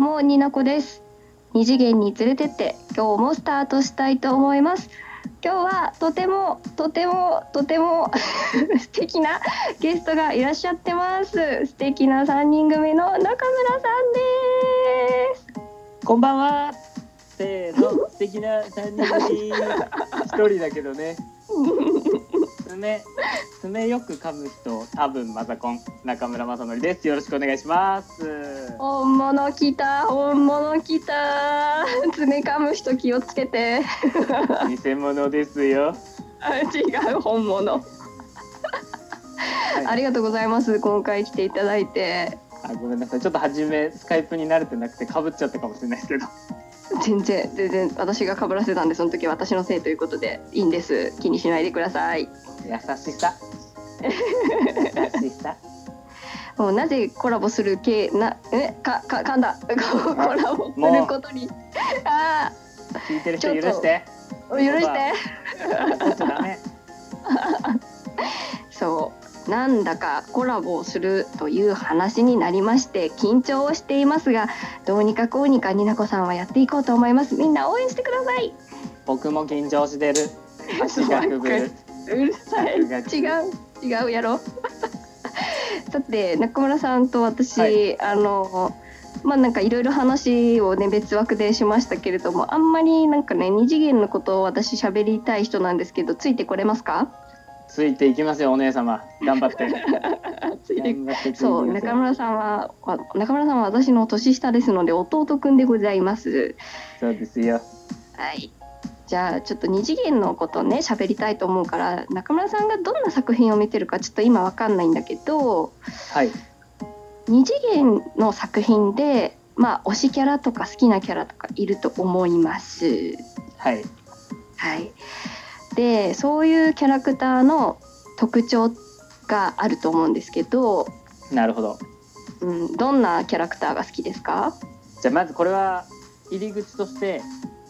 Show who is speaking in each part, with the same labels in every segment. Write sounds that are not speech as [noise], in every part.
Speaker 1: もにのこです二次元に連れてって今日もスタートしたいと思います今日はとてもとてもとても [laughs] 素敵なゲストがいらっしゃってます素敵な三人組の中村さんです
Speaker 2: こんばんは。せーの、素敵な三人組。一人だけどね。爪、爪よく噛む人、多分マザコン、中村正則です。よろしくお願いします。
Speaker 1: 本物来た本物来た爪噛む人気をつけて
Speaker 2: 偽物ですよ。
Speaker 1: [laughs] あ違う本物
Speaker 2: はい
Speaker 1: ありがとうございます今回来ていただいて
Speaker 2: あごめんなさい。ちょっと初めスカイプに慣れてなくて、被っちゃったかもしれないですけど。
Speaker 1: 全然全然私が被らせたんでその時は私のせいということでいいんです気にしないでください
Speaker 2: 優しさ。優しさ。
Speaker 1: もうなぜコラボする系なえかか噛んだコラボすることにあ
Speaker 2: 聞いてる人許して。
Speaker 1: あ許して
Speaker 2: ちょっとダメ。
Speaker 1: そうなんだかコラボをするという話になりまして緊張をしていますがどうにかこうにかになこさんはやっていこうと思いますみんな応援してください
Speaker 2: 僕も緊張してる。足がくぐる。
Speaker 1: うるさい違う違うやろ [laughs] だって中村さんと私、
Speaker 2: はい
Speaker 1: あのまあなんかいろいろ話をね別枠でしましたけれどもあんまりなんかね二次元のことを私喋りたい人なんですけどついてこれますか
Speaker 2: ついていきますよお姉様頑張って
Speaker 1: つ
Speaker 2: 頑張ってついていきますよ
Speaker 1: そう中村さんはわ中村さんは私の年下ですので弟くんでございます
Speaker 2: そうですよ
Speaker 1: はいじゃあちょっと二次元のことをね喋りたいと思うから中村さんがどんな作品を見てるかちょっと今わかんないんだけど
Speaker 2: はい
Speaker 1: 二次元の作品で、まあ、推しキャラとか好きなキャラとかいると思います。
Speaker 2: はい
Speaker 1: はい、でそういうキャラクターの特徴があると思うんですけど、
Speaker 2: なるほど
Speaker 1: うん、どんなキャラクターが好きですか
Speaker 2: じゃあまずこれは入り口として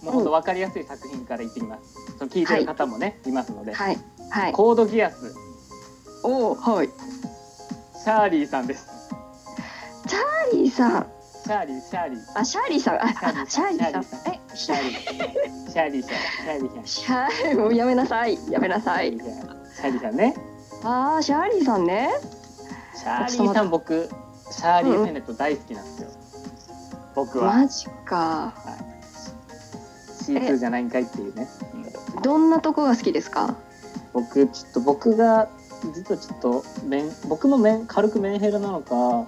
Speaker 2: もうほんと分かりやすい作品からいってきます、その聞いてる方もね、い、ますので、
Speaker 1: はい、はい、
Speaker 2: コードギアス
Speaker 1: おおはい
Speaker 2: シャーリーさんです
Speaker 1: シャーリーさん
Speaker 2: シャーリーシャーリー
Speaker 1: あシャーリーさんああシ
Speaker 2: シ
Speaker 1: ャ
Speaker 2: ャ
Speaker 1: ー
Speaker 2: ー
Speaker 1: リ
Speaker 2: リ
Speaker 1: ー
Speaker 2: ー
Speaker 1: さ
Speaker 2: さ
Speaker 1: ん
Speaker 2: ん
Speaker 1: えシ
Speaker 2: シ
Speaker 1: ャ
Speaker 2: ャーリーシャーリーさんシャーリーさん
Speaker 1: シャーもうやめなさいやめなさい
Speaker 2: シャーリーさんシャーリーさんね
Speaker 1: あーシャーリーさんね
Speaker 2: シャーリーさん僕シャーリーセネット大好きなんですよ、僕は
Speaker 1: マジか
Speaker 2: C2 じゃないんかいっていうね、うん
Speaker 1: どんなとこが好きですか
Speaker 2: 僕ちょっと僕が実はちょっとメン僕もメン軽くメンヘラなのか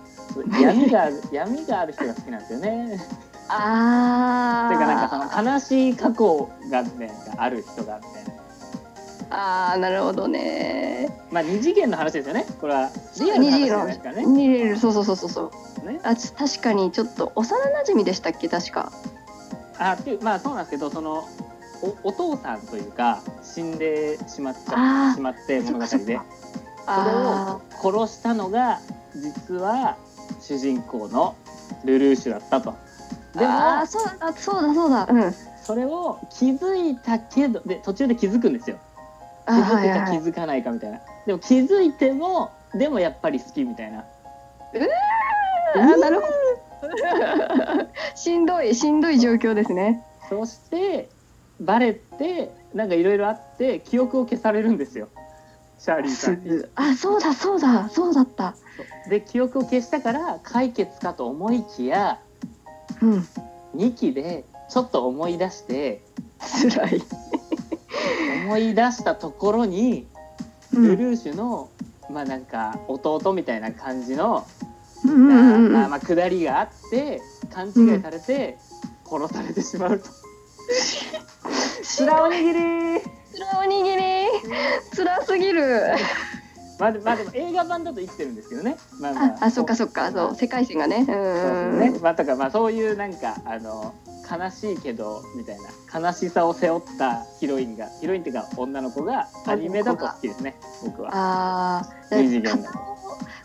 Speaker 2: 闇がある [laughs] 闇がある人が好きなんですよね。
Speaker 1: ああ
Speaker 2: ていうかなんかその悲しい過去がねある人がね
Speaker 1: ああなるほどね。
Speaker 2: まあ二次元の話ですよねこれはリアル
Speaker 1: 二次
Speaker 2: な話じゃ
Speaker 1: 元
Speaker 2: ないですからね。
Speaker 1: 二次元そうそうそうそうそう。
Speaker 2: ね
Speaker 1: あち確かにちょっと幼馴染でしたっけ確か。
Speaker 2: あっていうまあそうなんですけどそのおお父さんというか死んでしまっちゃ
Speaker 1: あー
Speaker 2: しまって物語で
Speaker 1: そ
Speaker 2: そ
Speaker 1: っか
Speaker 2: れ
Speaker 1: そっか
Speaker 2: を
Speaker 1: あ
Speaker 2: 殺したのが実は主人公のルルーシュだったと。
Speaker 1: ー
Speaker 2: でも
Speaker 1: あーそうだそうだそうだうん。あ
Speaker 2: それを気づいたけどで途中で気づくんですよ気づくか
Speaker 1: はいは
Speaker 2: 気
Speaker 1: い。
Speaker 2: づかないかみたいな、でも気づいてもでもやっぱり好きみたいな
Speaker 1: あーなるほど。 [laughs] しんどいしんどい状況ですね。
Speaker 2: そしてバレてなんかいろいろあって記憶を消されるんですよシャーリーさんに
Speaker 1: あそうだそうだそうだった。
Speaker 2: そうで記憶を消したから解決かと思いきや
Speaker 1: うん。
Speaker 2: 2期でちょっと思い出して
Speaker 1: 辛い。
Speaker 2: 思い出したところに
Speaker 1: うん
Speaker 2: ルルーシュの、まあなんか弟みたいな感じの
Speaker 1: うんう
Speaker 2: なん
Speaker 1: うんう
Speaker 2: まあ
Speaker 1: ん。
Speaker 2: まあ下りがあって勘違いされて殺されてしまうと。つらおにぎり
Speaker 1: 辛おにぎり辛すぎる。
Speaker 2: まあでまあでも映画版だと生きてるんですけどね。まあま
Speaker 1: ああそっかそっかそう世界線がね。うん
Speaker 2: そう
Speaker 1: う
Speaker 2: です
Speaker 1: んうん。
Speaker 2: ね。まあとかまあそういうなんかあの悲しいけどみたいな悲しさを背負ったヒロインがヒロインっていうか女の子がアニメだと好きですね。僕は。
Speaker 1: ああ、
Speaker 2: 二次元
Speaker 1: 片思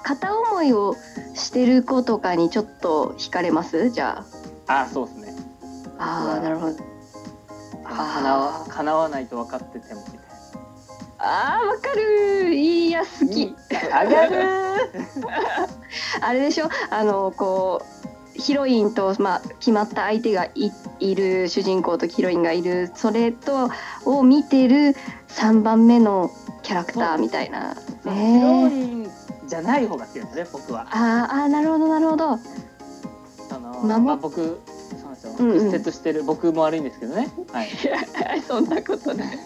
Speaker 1: 片思いをしてる子とかにちょっと惹かれますじゃ
Speaker 2: ああそうですね。
Speaker 1: あ。ああ、
Speaker 2: うわ
Speaker 1: なるほど。
Speaker 2: 叶
Speaker 1: あ
Speaker 2: わ
Speaker 1: ー
Speaker 2: 叶わないと分かっててもみたいな。
Speaker 1: ああ、わかる。いいや、好 [laughs] き。
Speaker 2: 上がるー。
Speaker 1: あれでしょあの、こう。ヒロインと、まあ、決まった相手がいいる主人公とヒロインがいるそれとを見てる3番目のキャラクターみたいな。
Speaker 2: そうヒロ
Speaker 1: ねえ
Speaker 2: インじゃない方が好きなんですね僕は。
Speaker 1: あーあーなるほどなるほど。
Speaker 2: その
Speaker 1: 守っ
Speaker 2: まあ僕そうなんですよ、
Speaker 1: うんうん
Speaker 2: 屈折してる僕も悪いんですけどね。はい。
Speaker 1: [laughs] そんなことない。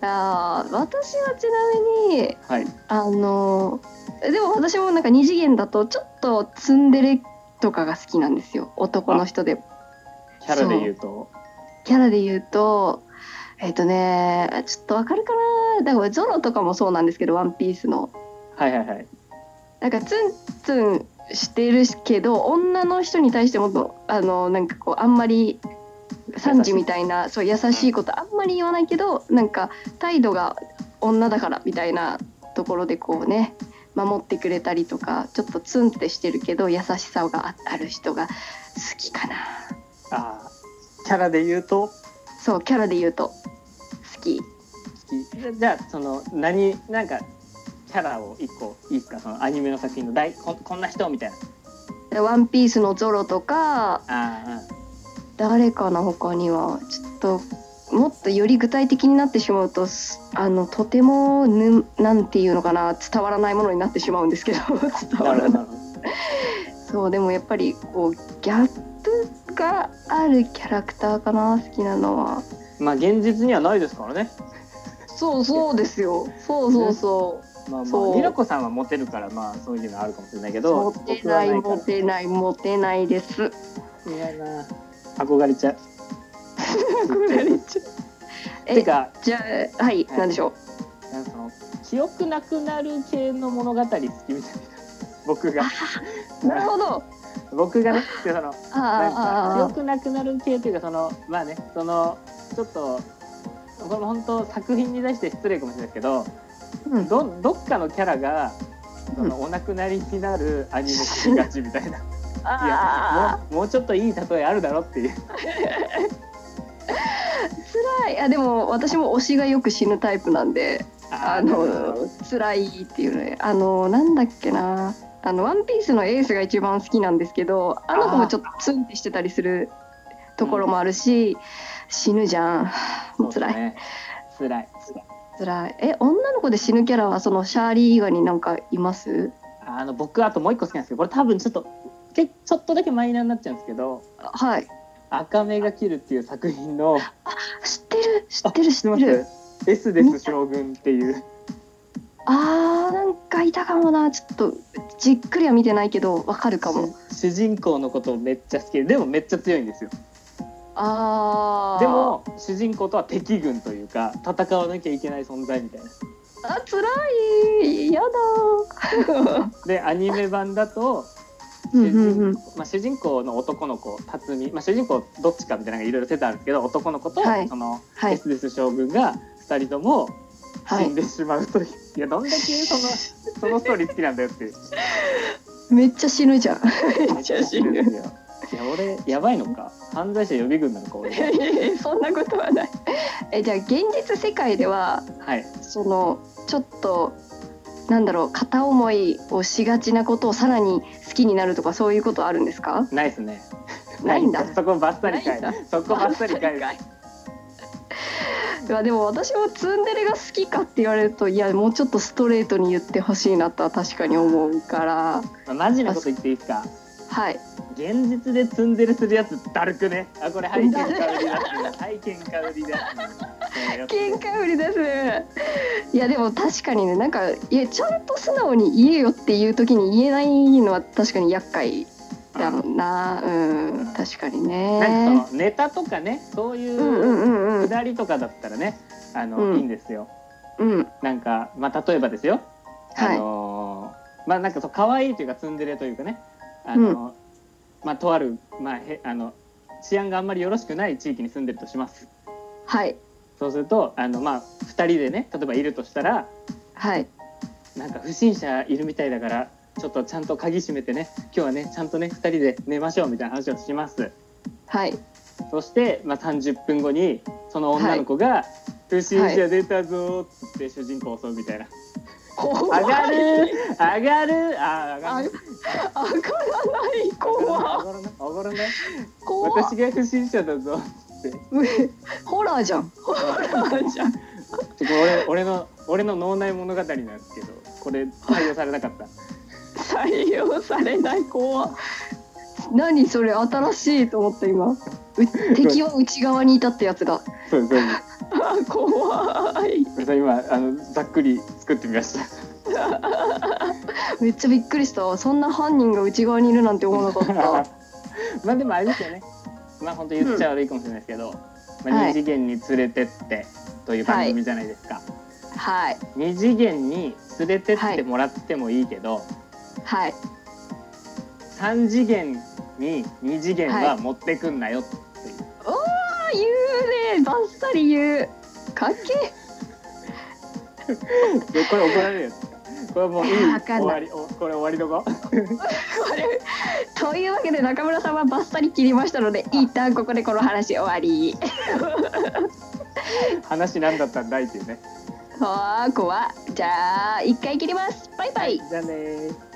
Speaker 1: あー私はちなみに
Speaker 2: はい。
Speaker 1: あのでも私もなんか二次元だとちょっとツンデレとかが好きなんですよ男の人で
Speaker 2: キャラで言うと。
Speaker 1: キャラで言うとえっ、とねちょっとわかるかなだからゾロとかもそうなんですけど「ワンピースの
Speaker 2: はいはいはい。
Speaker 1: なんかツンツンしてるけど女の人に対してもっとあのなんかこうあんまりサンジみたいなそう優しいことあんまり言わないけどなんか態度が女だからみたいなところでこうね守ってくれたりとかちょっとツンってしてるけど優しさがあある人が好きかな
Speaker 2: ああキャラで言うと
Speaker 1: そうキャラで言うと好き
Speaker 2: 好きじゃじゃあその何なんかキャラを一個いいですかそのアニメの作品の大ここんな人みたい
Speaker 1: 「
Speaker 2: な
Speaker 1: ワンピースのゾロとか
Speaker 2: ああ
Speaker 1: 誰かな他にはちょっともっとより具体的になってしまうとすあのとてもぬなんていうのかな伝わらないものになってしまうんですけど伝
Speaker 2: な
Speaker 1: わ
Speaker 2: る
Speaker 1: ら
Speaker 2: ほど
Speaker 1: な
Speaker 2: ないるほど
Speaker 1: そうでもやっぱりこうギャップがあるキャラクターかな好きなのは
Speaker 2: まあ現実にはないですからね
Speaker 1: そうそうですよそうそうそう
Speaker 2: まあま
Speaker 1: そう
Speaker 2: ありなこさんはモテるからまあそういうのあるかもしれないけど
Speaker 1: モテない
Speaker 2: 僕は
Speaker 1: モテないモテないです
Speaker 2: からいやな憧れちゃう
Speaker 1: 憧れちゃう [laughs]
Speaker 2: て
Speaker 1: え
Speaker 2: か
Speaker 1: じゃあはい
Speaker 2: はい
Speaker 1: 何でしょう
Speaker 2: なんかその記憶なくなる系の物語好きみたいな [laughs] 僕
Speaker 1: [laughs]
Speaker 2: が
Speaker 1: なるほど
Speaker 2: 僕がねでその
Speaker 1: あ
Speaker 2: なん
Speaker 1: あ
Speaker 2: か
Speaker 1: ああ
Speaker 2: 記憶なくなる系というかそのまあねそのちょっとこれも本当作品に対して失礼かもしれないですけど
Speaker 1: うん
Speaker 2: どどっかのキャラがそのお亡くなりになるアニメしがちみたいない
Speaker 1: [laughs] ああ
Speaker 2: やもうもうちょっといい例えあるだろっていう
Speaker 1: 辛いあでも私も推しがよく死ぬタイプなんであ
Speaker 2: [laughs]
Speaker 1: の辛いっていうねあのなんだっけなあの「ワンピースのエースが一番好きなんですけどあの子もちょっとツンってしてたりするところもあるし、死ぬじゃん
Speaker 2: そうです
Speaker 1: 辛い
Speaker 2: ね辛い辛い
Speaker 1: 辛いえ女の子で死ぬキャラはそのシャーリー以外になんかいます
Speaker 2: あの僕あともう一個好きなんですけどこれ多分ちょっとけちょっとだけマイナーになっちゃうんですけど
Speaker 1: あはい
Speaker 2: 「赤目が切る」っていう作品の
Speaker 1: 知ってる知ってる知
Speaker 2: 知っ
Speaker 1: ってて
Speaker 2: ます
Speaker 1: る
Speaker 2: 「エスデス将軍」っていう
Speaker 1: あーなんかいたかもなちょっとじっくりは見てないけどわかるかも
Speaker 2: 主主人公のことをめっちゃ好きででもめっちゃ強いんですよ
Speaker 1: あー
Speaker 2: でも主人公とは敵軍というか戦わなきゃいけない存在みたいな
Speaker 1: あ辛い [laughs] やだ
Speaker 2: でアニメ版だと
Speaker 1: う
Speaker 2: 主
Speaker 1: ん
Speaker 2: 人,、
Speaker 1: うんうん
Speaker 2: まあ、主人公の男の子辰巳、まあ、主人公どっちかみたいなのがいろいろ説あるんですけど男の子と、
Speaker 1: はい
Speaker 2: その
Speaker 1: は
Speaker 2: エ
Speaker 1: い
Speaker 2: スデス将軍が2人とも
Speaker 1: は
Speaker 2: 死ん
Speaker 1: い
Speaker 2: でしまうと
Speaker 1: [laughs]
Speaker 2: いう、い、やどんだけそのそのストーリー好きなんだよっていう
Speaker 1: めっちゃ死ぬじゃん [laughs] めっちゃ死
Speaker 2: いや
Speaker 1: ぬ
Speaker 2: 俺やばいのか犯罪者予備軍なのか俺
Speaker 1: いやいやいやそんなことはないえじゃあ現実世界では
Speaker 2: はい
Speaker 1: そのちょっとなんだろう片思いをしがちなことをさらに好きになるとかそういうことあるんですか
Speaker 2: ないですね
Speaker 1: ないんだ
Speaker 2: そこバッサリかい
Speaker 1: ない
Speaker 2: そこバッサリかい
Speaker 1: いや [laughs] でも私もツンデレが好きかって言われるといやもうちょっとストレートに言ってほしいなとは確かに思うから
Speaker 2: まあマジなこと言っていいですか
Speaker 1: はい
Speaker 2: 現実でツンデレするやつだるくねあこれ背景か売りだし背景か売りだし
Speaker 1: 喧嘩売りですねいやでも確かにねなんかいやちゃんと素直に言えよっていう時に言えないのは確かに厄介だろうなうん確かに
Speaker 2: なん
Speaker 1: ね
Speaker 2: かそのネタとかねそうい
Speaker 1: うんうん
Speaker 2: う
Speaker 1: うん
Speaker 2: く
Speaker 1: うん
Speaker 2: だりとかだったらねあの、
Speaker 1: うん
Speaker 2: いいんですよ
Speaker 1: うん
Speaker 2: なんかまあ例えばですよあ
Speaker 1: はい
Speaker 2: のーまあなんかそう可愛いというかツンデレというかねあのー、まあとあるまあへあの治安があんまりよろしくない地域に住んでるとします
Speaker 1: はい
Speaker 2: そうするとあのまあ2人でね例えばいるとしたら
Speaker 1: はい
Speaker 2: なんか不審者いるみたいだからちょっとちゃんと鍵閉めてね今日はねちゃんとね2人で寝ましょうみたいな話をします
Speaker 1: はい
Speaker 2: そして、まあ、30分後にその女の子が「不審者出たぞ」っつって主人公を襲うみたいな、
Speaker 1: 怖
Speaker 2: 上
Speaker 1: い
Speaker 2: がる上がるあー上が
Speaker 1: あ
Speaker 2: る
Speaker 1: 上がらない
Speaker 2: 上がら
Speaker 1: 怖い
Speaker 2: ない上がらない
Speaker 1: 怖い
Speaker 2: 私が不審者だぞ
Speaker 1: ホラーじゃんホラーじゃん
Speaker 2: ちょこれ俺俺の俺の脳内物語なんですけどこれ採用されなかった
Speaker 1: 採用されない怖何それ新しいと思った今う敵は内側にいたってやつだ
Speaker 2: そうですそうです
Speaker 1: あ [laughs] 怖い
Speaker 2: これさ今あのざっくり作ってみました
Speaker 1: めっちゃびっくりしたそんな犯人が内側にいるなんて思わなか [laughs] った
Speaker 2: [laughs] まあでもあれですよねまあ本当言っちゃ悪いかもしれないですけど、まあ、
Speaker 1: はい
Speaker 2: 二次元に連れてってという番組じゃないですか、
Speaker 1: はい
Speaker 2: 二次元に連れてってもらってもいいけど、
Speaker 1: はい
Speaker 2: 三次元に二次元は持ってくんなよっていう、
Speaker 1: あ言うねバッサリ言うかっけ
Speaker 2: えこれ怒られるやつですかこれもういい
Speaker 1: いやわか
Speaker 2: 終
Speaker 1: ん
Speaker 2: わ
Speaker 1: な
Speaker 2: りおこれ終わりどこ
Speaker 1: あれというわけで中村さんはバッサリ切りましたので一旦ここでこの話終わり [laughs]
Speaker 2: 話なんだったんだいっていうね
Speaker 1: あー怖じゃあ一回切りますバイバイ
Speaker 2: じゃあねー